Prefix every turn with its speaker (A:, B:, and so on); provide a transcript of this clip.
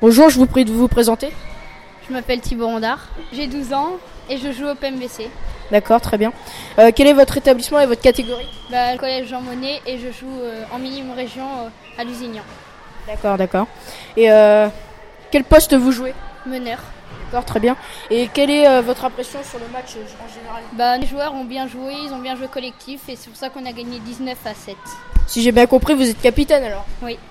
A: Bonjour, je vous prie de vous présenter.
B: Je m'appelle Thibaut Rondard, j'ai 12 ans et je joue au PMBC.
A: D'accord, très bien. Euh, quel est votre établissement et votre catégorie
B: Bah, le collège Jean Monnet et je joue euh, en minime région euh, à Lusignan.
A: D'accord, d'accord. Et euh, quel poste vous jouez
B: Meneur.
A: D'accord, très bien. Et quelle est euh, votre impression sur le match euh, en général
B: Bah, les joueurs ont bien joué, ils ont bien joué collectif et c'est pour ça qu'on a gagné 19 à 7.
A: Si j'ai bien compris, vous êtes capitaine alors
B: Oui.